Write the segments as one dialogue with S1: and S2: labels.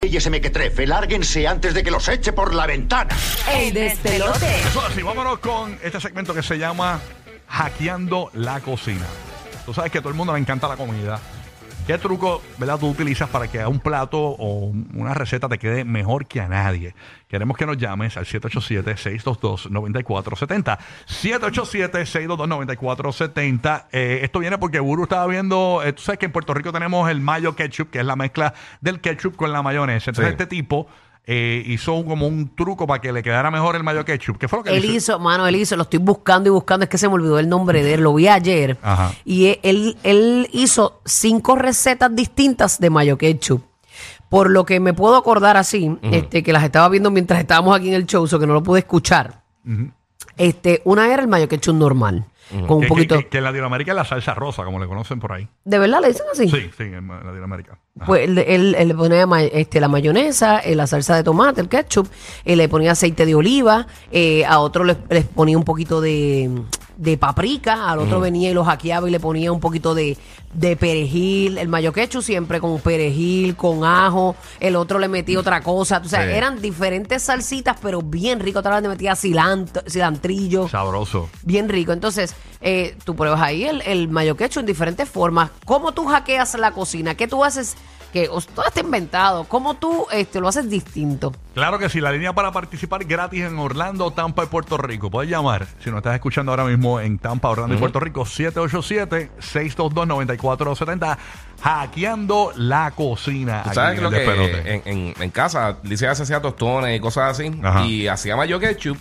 S1: Y ese mequetrefe, lárguense antes de que los eche por la ventana.
S2: El despelote.
S3: Eso así, vámonos con este segmento que se llama Hackeando la cocina. Tú sabes que a todo el mundo le encanta la comida. ¿Qué truco ¿verdad? tú utilizas para que a un plato o un- una receta te quede mejor que a nadie? Queremos que nos llames al 787-622-9470. 787-622-9470. Eh, esto viene porque Buru estaba viendo, eh, tú sabes que en Puerto Rico tenemos el mayo ketchup, que es la mezcla del ketchup con la mayonesa. Entonces
S4: Sí.
S3: este tipo eh, hizo un- como un truco para que le quedara mejor el mayo ketchup. ¿Qué fue lo que
S2: Él
S3: hizo?
S2: hizo, mano, él hizo, lo estoy buscando y buscando, es que se me olvidó el nombre de él, lo vi ayer.
S3: Ajá.
S2: Y e- él, él hizo cinco recetas distintas de mayo ketchup. Por lo que me puedo acordar así, este, que las estaba viendo mientras estábamos aquí en el show, so que no lo pude escuchar. Este, una era el mayo ketchup normal, con un
S3: Que- que-
S2: poquito.
S3: Que, que en Latinoamérica es la salsa rosa, como le conocen por ahí.
S2: ¿De verdad le dicen así?
S3: Sí, sí, en Latinoamérica. Ajá.
S2: Pues él, él- él le ponía ma- este, la mayonesa, eh, la salsa de tomate, el ketchup, eh, le ponía aceite de oliva, eh, a otro les, les ponía un poquito de, de paprika, al otro venía y lo hackeaba y le ponía un poquito de, de perejil, el mayo ketchup siempre con perejil, con ajo, el otro le metía otra cosa, o sea,
S4: Sí.
S2: eran diferentes salsitas, pero bien rico, otra vez le metía cilantro, cilantrillo.
S3: Sabroso.
S2: Bien rico. Entonces, eh, tú pruebas ahí el, el mayo quecho en diferentes formas. ¿Cómo tú hackeas la cocina? ¿Qué tú haces? Que o- todo está inventado. ¿Cómo tú este, lo haces distinto?
S3: Claro que sí, la línea para participar gratis en Orlando, Tampa y Puerto Rico. Puedes llamar, si nos estás escuchando ahora mismo en Tampa, Orlando y Puerto Rico, 787-622-9470, hackeando la cocina.
S4: ¿Tú
S3: aquí
S4: sabes
S3: en
S4: lo
S3: el
S4: que eh,
S3: despelote.
S4: en, en, en casa, Licia se hacía tostones y cosas así,
S3: Ajá.
S4: y hacía mayo ketchup,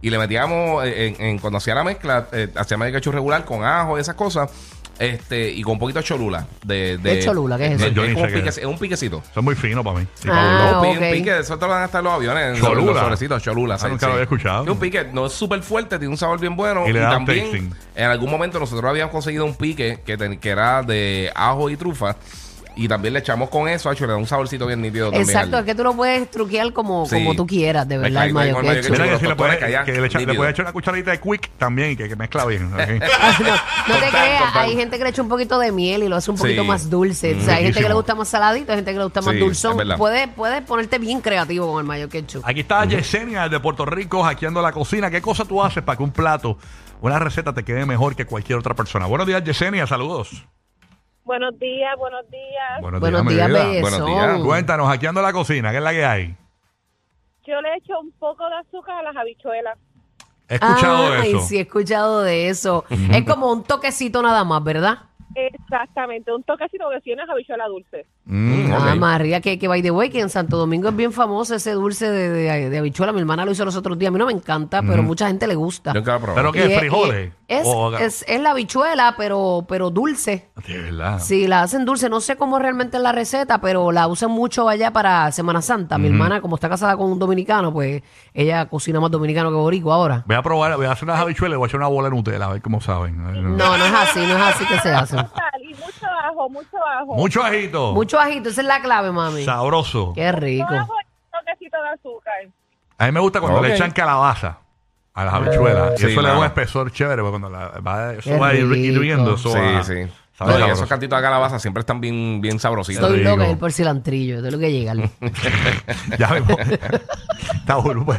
S4: y le metíamos, eh, en, en- cuando hacía la mezcla, eh, hacía mayo ketchup regular con ajo y esas cosas, este y con un poquito de cholula. ¿De,
S2: ¿Qué cholula? ¿é es eso?
S4: de-
S3: Yo
S4: es
S3: ni
S4: como
S3: sé
S4: un
S3: qué
S4: pique-
S3: es.
S4: es un piquecito.
S3: Eso es muy fino para mí. Sí,
S2: Ah,
S3: Pablo.
S4: No,
S2: ok.
S4: pi- un pique, eso te lo van a estar los aviones.
S3: Cholula.
S4: Los sobrecitos, cholula.
S3: Ah, nunca lo había escuchado.
S4: Y un pique no es súper fuerte, tiene un sabor bien bueno.
S3: Y
S4: Y,
S3: le da un
S4: también,
S3: tasting.
S4: en algún momento nosotros habíamos conseguido un pique que, ten- que era de ajo y trufa. Y también le echamos con eso, hecho, le da un saborcito bien nítido también.
S2: Exacto,
S4: al-
S2: es que tú lo puedes truquear como,
S4: Sí.
S2: como tú quieras, de verdad, el
S4: Mezcladito ahí
S2: mayo
S4: con el mayo
S2: quecho.
S4: ketchup.
S3: Mira que
S4: los
S3: si le puedes
S4: tostones que allá,
S3: que le echa- le
S4: nítido.
S3: puedes echar una cucharadita de quick también y que, que mezcla bien. ok.
S2: No te
S4: Total,
S2: creas,
S4: total.
S2: hay gente que le echa un poquito de miel y lo hace un
S4: Sí.
S2: poquito más dulce. O sea, hay gente que
S3: Riquísimo.
S2: le gusta más saladito, hay gente que le gusta más
S4: Sí, es
S2: dulzón.
S4: verdad.
S2: Puedes, puedes ponerte bien creativo con el mayo ketchup.
S3: Aquí está Yesenia de Puerto Rico hackeando la cocina. ¿Qué cosa tú haces para que un plato, una receta te quede mejor que cualquier otra persona? Buenos días, Yesenia, saludos.
S5: Buenos días, buenos días.
S2: Buenos días,
S3: mi vida.
S2: bellezón.
S4: Buenos días.
S3: Cuéntanos, hackeando la cocina, ¿qué es la que hay?
S5: Yo le echo un poco de azúcar a las habichuelas.
S3: He escuchado
S2: Ay,
S3: eso.
S2: sí, he escuchado de eso. es como un toquecito nada más, ¿verdad?
S5: Exactamente, un toquecito que tiene habichuela dulce.
S4: Mm, ok.
S2: Ah, María, que, que by the way, que en Santo Domingo es bien famoso ese dulce de, de, de habichuela. Mi hermana lo hizo los otros días. A mí no me encanta, pero mucha gente le gusta.
S4: Yo nunca lo he probado.
S3: Pero
S2: Y
S3: qué,
S2: es-
S3: frijoles.
S2: y Es,
S3: O-
S2: es- es la habichuela, pero, pero dulce.
S3: De verdad.
S2: Sí, la hacen dulce. No sé cómo realmente es la receta, pero la usan mucho allá para Semana Santa. Mi hermana, como está casada con un dominicano, pues ella cocina más dominicano que boricua ahora.
S3: Voy a probar, voy a hacer unas habichuelas y voy a echar una bola de Nutella, a ver cómo saben. A ver,
S2: No, no es así, no es así que se hace.
S5: Ah, Sal y mucho ajo, mucho ajo.
S3: Mucho ajito.
S2: Mucho ajito, esa es la clave, mami.
S3: Sabroso.
S2: Qué
S5: Mucho
S2: rico.
S5: ajo y un toquecito de azúcar.
S3: A mí me gusta cuando le
S4: Ok.
S3: echan calabaza a las habichuelas.
S4: Sí,
S3: y eso le da un
S4: mano.
S3: espesor chévere, porque cuando la, va, eso
S2: Qué
S3: va ir-
S2: rico.
S3: hirviendo. Eso va-
S4: sí, sí.
S3: sabe
S4: No, y
S3: sabroso.
S4: esos cantitos de calabaza siempre están bien, bien sabrositos.
S2: Estoy
S3: rico.
S2: loca de ir por cilantrillo, de lo que llega.
S3: Ya mismo. Está bueno. pues.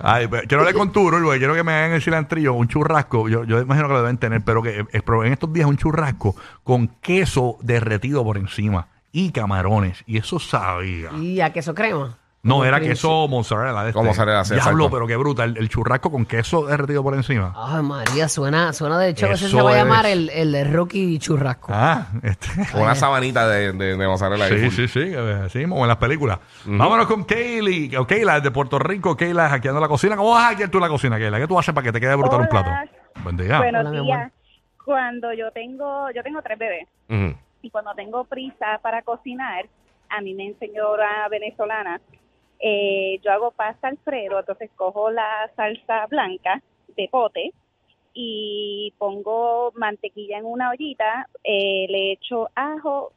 S3: Ay, pero quiero hablar con Turo, luego quiero que me hagan el cilantrillo, un churrasco. Yo, yo imagino que lo deben tener, pero que eh, probé en estos días un churrasco con queso derretido por encima y camarones. Y eso sabía.
S2: Y a queso crema.
S3: No, era
S2: Cringe.
S3: queso mozzarella. De este.
S4: Con mozzarella, sí,
S3: Diablo,
S4: exacto.
S3: pero qué bruta. El, el churrasco con queso derretido por encima.
S2: Ay, María, suena, suena de hecho, a veces se
S3: Eso
S2: va a
S3: es.
S2: llamar el, el Rocky Churrasco.
S3: Ah, este.
S4: Una sabanita de, de, de mozzarella. ahí
S3: Sí,
S4: full.
S3: sí, sí, eh, así mismo, en las películas. Vámonos con Kaylee, o Kayla de Puerto Rico, Kayla hackeando la cocina. ¿Cómo vas a hackear tú la cocina, Kayla? ¿Qué tú haces para que te quede brutal un
S5: Hola.
S3: plato? Buen día.
S5: buenos
S2: Hola, mi amor.
S5: días. Cuando yo tengo, yo tengo tres bebés
S4: Ujú.
S5: y cuando tengo prisa para cocinar, a mí me enseñó una venezolana. Eh, yo hago pasta alfredo, entonces cojo la salsa blanca de pote y pongo mantequilla en una ollita, eh, le echo ajo,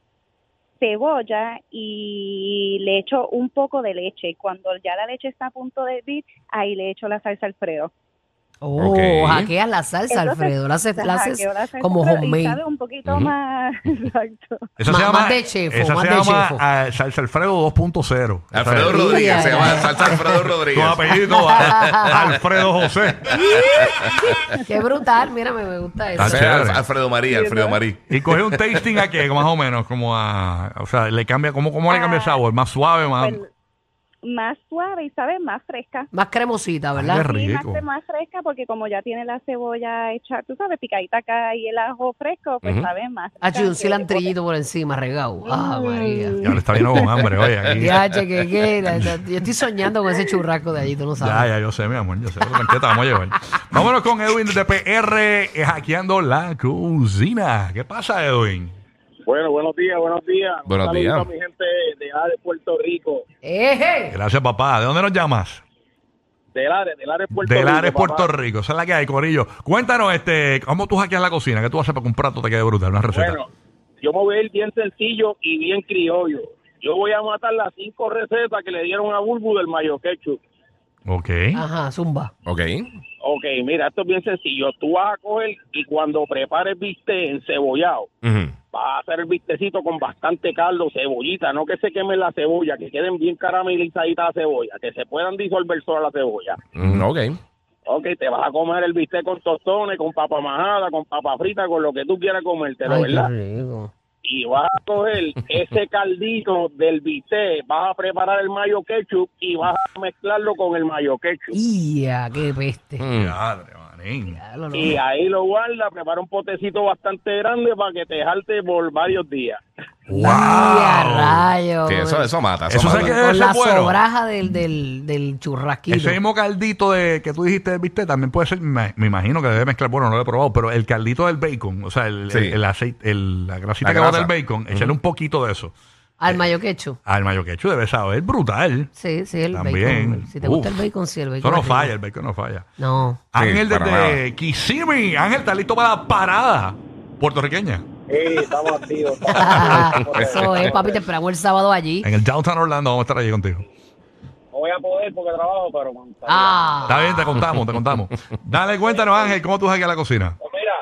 S5: cebolla y le echo un poco de leche. Cuando ya la leche está a punto de hervir, ahí le echo la salsa alfredo.
S2: Oh,
S4: Ok.
S2: hackeas la salsa,
S5: Entonces,
S2: Alfredo. La haces, la haces
S5: hackeo la salsa
S2: como
S5: alfredo y
S2: homemade.
S5: sabe un poquito
S4: Ujú.
S5: más, exacto.
S3: Esa
S2: Más-
S3: se llama,
S2: más de chefo,
S3: esa
S2: más
S3: se
S2: de
S3: llama
S2: chefo.
S3: ah, Salsa Alfredo 2.0. Esa
S4: Alfredo
S3: es.
S4: Rodríguez, se
S2: ya.
S4: llama salsa Alfredo Rodríguez.
S3: Con apellido a- Alfredo José.
S2: Qué brutal, mírame, me gusta
S4: O
S2: eso.
S3: Está
S4: sea,
S3: chévere.
S4: Alfredo María, Alfredo María.
S3: Y coge un tasting a que más o menos, como a. O sea, le cambia, ¿cómo, cómo le cambia el sabor? Más suave, más.
S5: Pues, más suave y sabe más fresca.
S2: Más cremosita,
S3: Ay,
S2: ¿verdad?
S3: qué
S5: Sí, más,
S3: rico.
S5: más fresca porque como ya tiene la cebolla hecha, tú sabes, picadita acá y el ajo fresco, pues
S4: Ujú.
S5: sabe más.
S2: Ah,
S5: fresca que
S2: un
S5: el
S2: cilantrillito por encima, regado. Ah, María.
S3: Ya le está vino con hambre, oye. Aquí. Ya,
S2: Ya, che, que, que, la- la- yo estoy soñando con ese churrasco de allí, tú no sabes.
S3: ya, yo sé, mi amor, yo sé. Tranquila, te vamos a llevar. Vámonos con Edwin de PR, eh, hackeando la cocina. ¿Qué pasa, Edwin?
S6: Bueno, buenos días, buenos días. Un
S4: Buenos
S6: saludo
S4: días.
S6: a mi gente de Lares, Puerto Rico.
S2: ¡Eje!
S3: Gracias, papá. ¿De dónde nos llamas?
S6: De Lares, de Lares, Puerto
S3: De
S6: Rico.
S3: Lares,
S6: papá.
S3: Puerto Rico. Esa es la que hay, Corillo. Cuéntanos, este, ¿cómo tú hackeas la cocina? ¿Qué tú haces para que un plato te quede brutal? Una receta.
S6: Bueno, yo me voy a ir bien sencillo y bien criollo. Yo voy a matar las cinco recetas que le dieron a Bulbu del mayo ketchup.
S3: Ok.
S2: Ajá, zumba.
S4: Ok.
S6: Ok, mira, esto es bien sencillo. Tú vas a coger y cuando prepares viste encebollado,
S4: Ujú.
S6: vas a hacer el vistecito con bastante caldo, cebollita, no que se queme la cebolla, que queden bien caramelizadas la cebolla, que se puedan disolver sola la cebolla.
S4: Mm, ok.
S6: Ok, te vas a comer el bistec con tostones, con papa majada, con papa frita, con lo que tú quieras comértelo,
S2: Ay, qué
S6: ¿verdad?
S2: rico.
S6: Y vas a coger ese caldito del bistec, vas a preparar el mayo ketchup y vas a mezclarlo con el mayo ketchup.
S2: ¡Ya, qué peste!
S4: Mm.
S3: Madre, manín.
S2: Ya, lo- lo-
S6: Y ahí lo guarda, prepara un potecito bastante grande para que te jalte por varios días.
S3: ¡Wow!
S2: ¡Ya, rayos!
S4: Sí, eso, eso mata. Eso,
S3: Eso se
S4: mata.
S3: queda-
S2: Con
S3: Eso
S2: la
S3: es bueno.
S2: sobraja del, del, del churrasquito.
S3: Ese mismo caldito de, que tú dijiste, viste, también puede ser, me, me imagino que debe mezclar, bueno, no lo he probado, pero el caldito del bacon, o sea, el,
S4: Sí.
S3: el- el aceite, el- la grasita
S4: La
S3: que va del
S4: grasa.
S3: bacon, echarle un poquito de eso.
S2: Al mayo quecho.
S3: Al mayo quechu debe saber brutal.
S2: Sí, sí, el
S3: También.
S2: bacon. Si te gusta
S3: Uf.
S2: el bacon, sí, el bacon.
S3: Eso no
S2: es rico.
S3: falla, el bacon no falla.
S2: No.
S4: Sí,
S3: Ángel
S4: para
S3: desde
S4: nada.
S3: Kissimmee. Ángel, ¿estás listo para la parada puertorriqueña?
S6: Eh, estamos activos.
S2: eso es, papi, te esperamos el sábado allí.
S3: En el Downtown Orlando vamos a estar allí contigo.
S6: No voy a poder porque trabajo, pero...
S2: Ah,
S3: Está bien, te contamos, te contamos. Dale, cuéntanos, Ángel, ¿cómo tú hackeas la cocina?
S6: Pues Mira,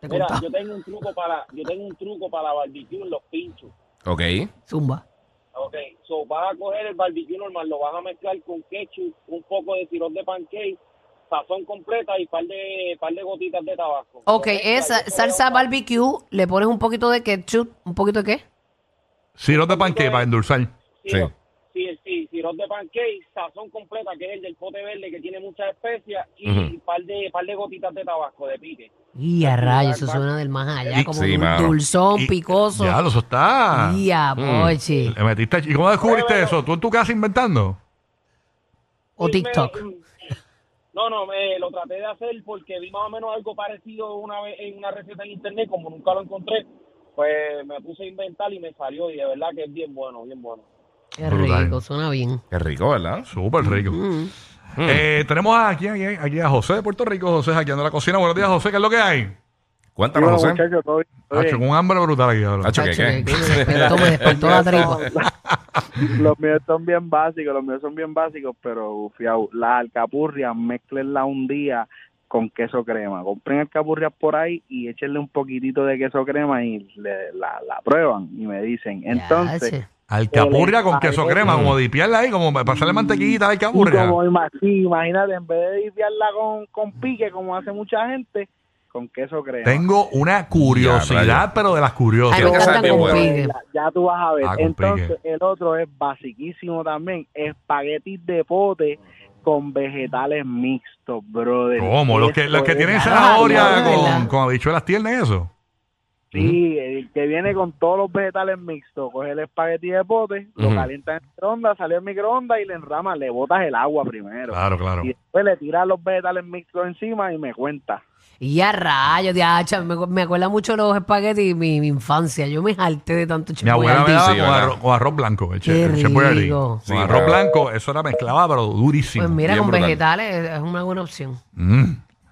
S2: te
S6: mira,
S2: contamos.
S6: yo tengo un truco para, yo tengo un truco para la barbecue en los pinchos.
S4: Ok.
S2: Zumba.
S6: Ok, so vas a coger el barbecue normal, lo vas a mezclar con ketchup, un poco de sirop de pancake, sazón completa y par de par de gotitas de tabaco.
S2: Ok,
S6: Lo mezclas,
S2: esa
S6: yo te
S2: salsa
S6: veo-
S2: barbecue, le pones un poquito de ketchup, un poquito de qué?
S3: Sirope de panque para endulzar.
S6: sirop-
S4: Sí.
S6: Sí, sí, sirop de pancake, sazón completa, que es el del pote verde que tiene muchas especias y
S4: Ujú.
S6: par de par de gotitas de tabasco de pique.
S2: Y a rayos, eso suena del más allá,
S4: Y-
S2: como
S4: sí,
S2: un
S4: mano.
S2: dulzón,
S3: Y-
S2: picoso.
S3: Ya, eso está.
S2: Y a poche.
S3: Le metiste- ¿Y cómo descubriste eso? ¿Tú en tu casa inventando?
S2: O
S6: Sí,
S2: TikTok.
S6: me- mm, no, no, me lo traté de hacer porque vi más o menos algo parecido una vez en una receta en internet, como nunca lo encontré, pues me puse a inventar y me salió y de verdad que es bien bueno, bien bueno.
S2: Qué
S3: brutal.
S2: rico, suena bien.
S4: Qué rico, ¿verdad?
S3: Súper rico.
S4: Mm.
S3: Eh, tenemos aquí, aquí, aquí a José de Puerto Rico. José hackeando la cocina. Buenos días, José. ¿Qué es lo que hay?
S4: Cuéntanos, José.
S3: Hacho, con un hambre brutal aquí. cabrón.
S4: Hacho, ¿qué,
S2: Chacho, que-
S4: qué?
S2: que me despertó, me despertó la tripa.
S7: Los míos son bien básicos, los míos son bien básicos, pero bufiao. Las alcapurrias, mezclenlas un día con queso crema. Compren alcapurrias por ahí y échenle un poquitito de queso crema y le- la, la prueban y me dicen. Entonces,
S2: Yache.
S3: Alcapurria con queso crema.
S4: Mm.
S3: Como dipiarla ahí, como para pasarle mantequillita a la alcapurria.
S7: Mm. como ima- sí, imagínate, en vez de diviarla con, con pique, como hace mucha gente, con queso crema.
S3: Tengo una curiosidad,
S4: Ya, rayos.
S3: pero de las
S2: Ay, me
S4: Tiene que
S3: curiosas.
S4: saber
S2: encantan
S4: bien
S2: con
S4: bueno.
S2: pique.
S7: Ya, ya tú vas a ver.
S3: Ah, con
S7: Entonces, el otro es basiquísimo también. Espaguetis de pote con vegetales mixtos, brother.
S3: ¿Cómo? Los que, los que
S7: Eso
S3: tienen
S7: es-
S2: Ah,
S3: zanahoria
S2: ya,
S3: con,
S2: ya.
S3: con habichuelas tiernas y eso.
S7: Sí, el que viene con todos los vegetales mixtos, coge el espagueti de pote, lo
S4: Ujú.
S7: calienta en el microondas, sale en microondas y le enrama, le botas el agua primero.
S3: Claro, claro.
S7: Y después le tiras los vegetales mixtos encima y me cuenta.
S2: Y a rayos, de hacha, me, me acuerda mucho los espaguetis de mi, mi infancia. Yo me harté de tanto
S3: Mi abuela me
S4: Boyardee,
S3: daba
S4: sí,
S3: con,
S4: ¿verdad?
S3: arroz, con arroz blanco, el, che-
S2: Qué
S3: el Chef Boyardee.
S2: rico.
S4: Sí,
S3: con arroz
S4: pero-
S3: blanco, eso era mezclaba, pero durísimo.
S2: Pues mira,
S4: Bien
S2: con
S4: brutal.
S2: vegetales es una buena opción.
S3: Mm.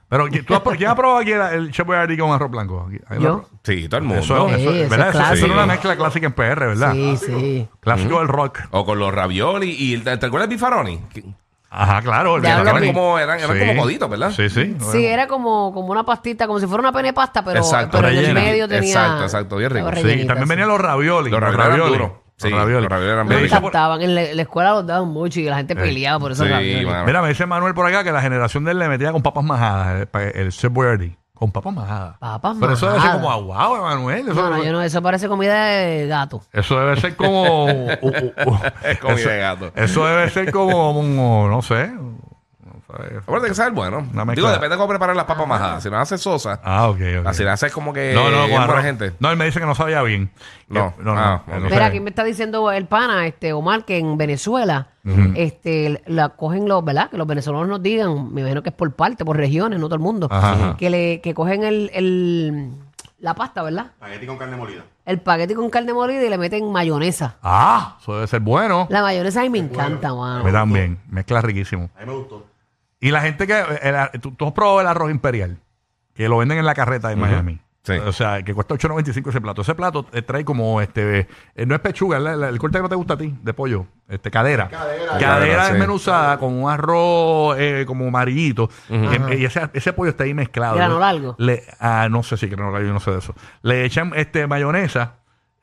S3: Pero ¿qui- ¿tú has, pro- ¿quién ha probado aquí el, el Chef Boyardee con arroz blanco? Aquí- aquí lo
S2: Yo.
S3: ha probado.
S4: Sí, todo el mundo.
S3: Eso,
S2: Sí,
S3: eso-
S2: eso es
S3: ¿verdad? Eso- eso
S4: clásico.
S3: era una mezcla clásica en PR, ¿verdad?
S2: Sí, sí.
S3: Clásico del rock.
S4: O con los ravioli. y el- ¿Te acuerdas del bifaroni? Que-
S3: Ajá, claro. el
S2: Ya
S3: Vietnam
S2: hablo
S3: Valley.
S4: que- como eran- eran como coditos, ¿verdad?
S3: Sí, sí.
S2: Sí, era como, como una pastita, como si fuera una pene de pasta, pero,
S4: Exacto,
S2: pero en el
S3: rellena.
S2: medio tenía.
S4: Exacto, exacto, bien rico.
S2: estaba
S4: Sí,
S3: Sí,
S2: rellenita,
S3: también
S2: sí.
S3: venían los ravioli.
S4: Los ravioli eran duros. Sí, los ravioli eran
S3: Me
S2: Me
S4: bien
S3: dice
S4: ricos.
S3: por-
S2: encantaban. En la, en la escuela los daban mucho y la gente
S3: Eh,
S2: peleaba por esos
S4: sí,
S2: ravioles.
S4: mano.
S3: Mira, me dice Manuel por acá que la generación de él le metía con papas majadas, el, pa- el Chef Boyardee, Con papas majadas.
S2: Papas
S3: Pero eso debe ser
S2: majadas.
S3: como aguado, Emanuel. Eso,
S2: No, no, yo no, eso parece comida de gato.
S3: eso debe ser como. u- u- u-
S4: Es comida
S3: eso-
S4: de gato.
S3: Eso debe ser como, como, no sé. no sé.
S4: Acuérdate que sabe bueno.
S3: Una mezcla.
S4: Digo, depende de cómo preparar las papas majadas. Si no haces sosa,
S3: Ah, ok, ok.
S4: así las haces como que
S3: no, no,
S4: bien
S3: con
S4: buena
S3: arroz.
S4: gente.
S3: No, él me dice que no sabía bien.
S4: No.
S3: Que- no, no.
S4: Ah,
S3: que no
S4: ok.
S3: sé.
S2: Mira, aquí me está diciendo el pana, este Omar, que en Venezuela, este, la cogen los, ¿verdad? Que los venezolanos nos digan, me imagino que es por parte, por regiones, no todo el mundo,
S3: Ajá, ajá.
S2: que le, que cogen el, el- la pasta, ¿verdad?
S8: Paquete con carne molida.
S2: El paquete con carne molida y le meten mayonesa.
S3: Ah, eso debe ser bueno.
S2: La mayonesa a mí me encanta, mano.
S3: Me dan bien. Mezcla riquísimo.
S8: A mí me gustó.
S3: Y la gente que. el ar- ¿tú, tú has probado el arroz imperial, que lo venden en la carreta de Miami.
S4: Sí.
S3: O sea, que cuesta 8.95 ese plato. Ese plato eh, trae como este. eh, no es pechuga, es la- la- el corte que no te gusta a ti, de pollo. Este, cadera. Cadera,
S4: Cadera, sí.
S3: desmenuzada con un arroz eh, como amarillito. Eh, y ese, ese pollo está ahí mezclado.
S2: ¿Granola algo?
S3: Le, ah, no sé si granola, yo no sé de eso. Le echan este mayonesa.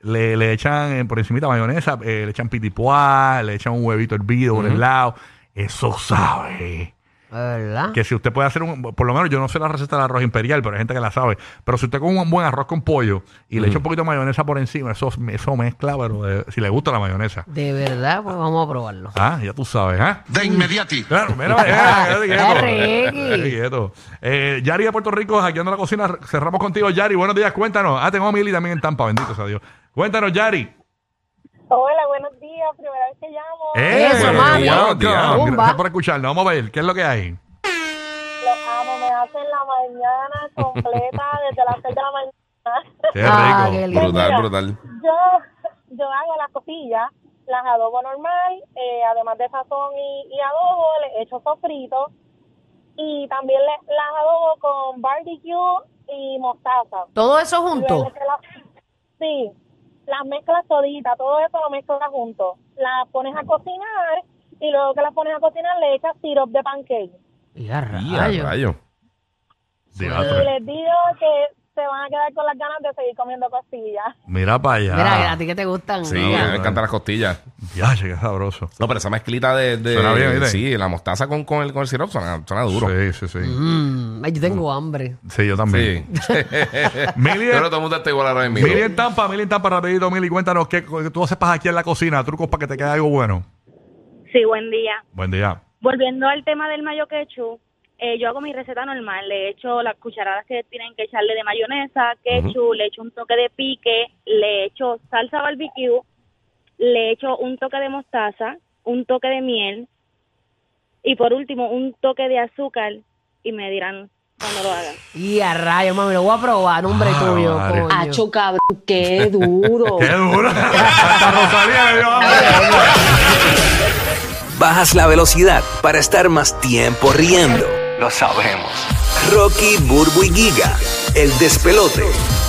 S3: Le, le echan eh, por encimita mayonesa, eh, le echan pitipuá, le echan un huevito hervido por el lado. Eso sabe
S2: ¿Verdad?
S3: que si usted puede hacer un, por lo menos yo no sé la receta del arroz imperial, pero hay gente que la sabe. Pero si usted con un buen arroz con pollo y le echa un poquito de mayonesa por encima, eso, eso mezcla, pero de- si le gusta la mayonesa.
S2: De verdad, pues vamos a probarlo.
S3: Ah, ya tú sabes, ¿ah?
S1: De inmediati.
S3: Claro, mira, mira,
S2: Qué
S3: quédate quieto.
S2: riqui.
S3: Quédate quieto. Eh, Yari de Puerto Rico, hackeando la cocina, cerramos contigo, Yari. Buenos días, cuéntanos. Ah, tengo a Mili también en Tampa, bendito sea Dios. Cuéntanos, Yari.
S5: Hola, buenos días, primera vez que llamo.
S2: Eso,
S3: Eh, bueno,
S2: mami.
S3: welcome.
S4: Zumba.
S3: Gracias por escucharnos. Vamos a ver, ¿qué es lo que hay?
S5: Los amo, me hacen la mañana completa desde las 6 de la mañana.
S3: Qué
S2: Ah,
S3: rico.
S2: qué lindo.
S4: Brutal,
S5: Mira.
S4: brutal.
S5: Yo, yo hago las costillas, las adobo normal, eh, además de sazón y, y adobo, les echo sofrito y también les, las adobo con barbecue y mostaza.
S2: Todo eso
S5: Luego
S2: junto.
S5: que las- sí, las mezclas toditas, todo eso lo mezclas junto. Las pones a cocinar y luego que las pones a cocinar le echas sirope de pancake.
S2: Y a
S4: Y a
S2: rayos.
S4: rayo.
S5: Y
S3: Diatre.
S5: les digo que se van a quedar con las ganas de seguir comiendo costillas.
S3: Mira para allá.
S2: Mira, a ti que te gustan.
S4: Sí,
S2: Mira.
S4: a mí me encantan las costillas.
S3: Ya, che, qué sabroso.
S4: No, pero esa mezclita de. de-
S3: Suena bien, ¿viste?
S4: sí, la mostaza con, con el, con el sirope suena, suena duro.
S3: Sí, sí, sí.
S2: Mm, ay, yo tengo hambre.
S3: Sí, yo también.
S4: Sí.
S3: Mili,
S4: Yo creo que todo el mundo está igual ahora mismo.
S3: Mili en Tampa, Mili en Tampa, rapidito, Mili, cuéntanos qué co- tú haces para aquí en la cocina, trucos para que te quede algo bueno.
S5: Sí, buen día.
S3: Buen día.
S5: Volviendo al tema del mayo ketchup, eh, yo hago mi receta normal. Le echo las cucharadas que tienen que echarle de mayonesa, ketchup, le echo un toque de pique, le echo salsa barbecue, le echo un toque de mostaza, un toque de miel y por último un toque de azúcar y me dirán cuando lo hagan.
S2: Y a rayos, mami, lo voy a probar, nombre
S3: Ah,
S2: tuyo.
S3: madre.
S2: coño.
S9: cabrón, qué duro.
S3: ¡Qué duro! Hasta Rosalía le dio hambre.
S10: Bajas la velocidad para estar más tiempo riendo. Lo sabemos. Rocky, Burbu y Giga, el despelote.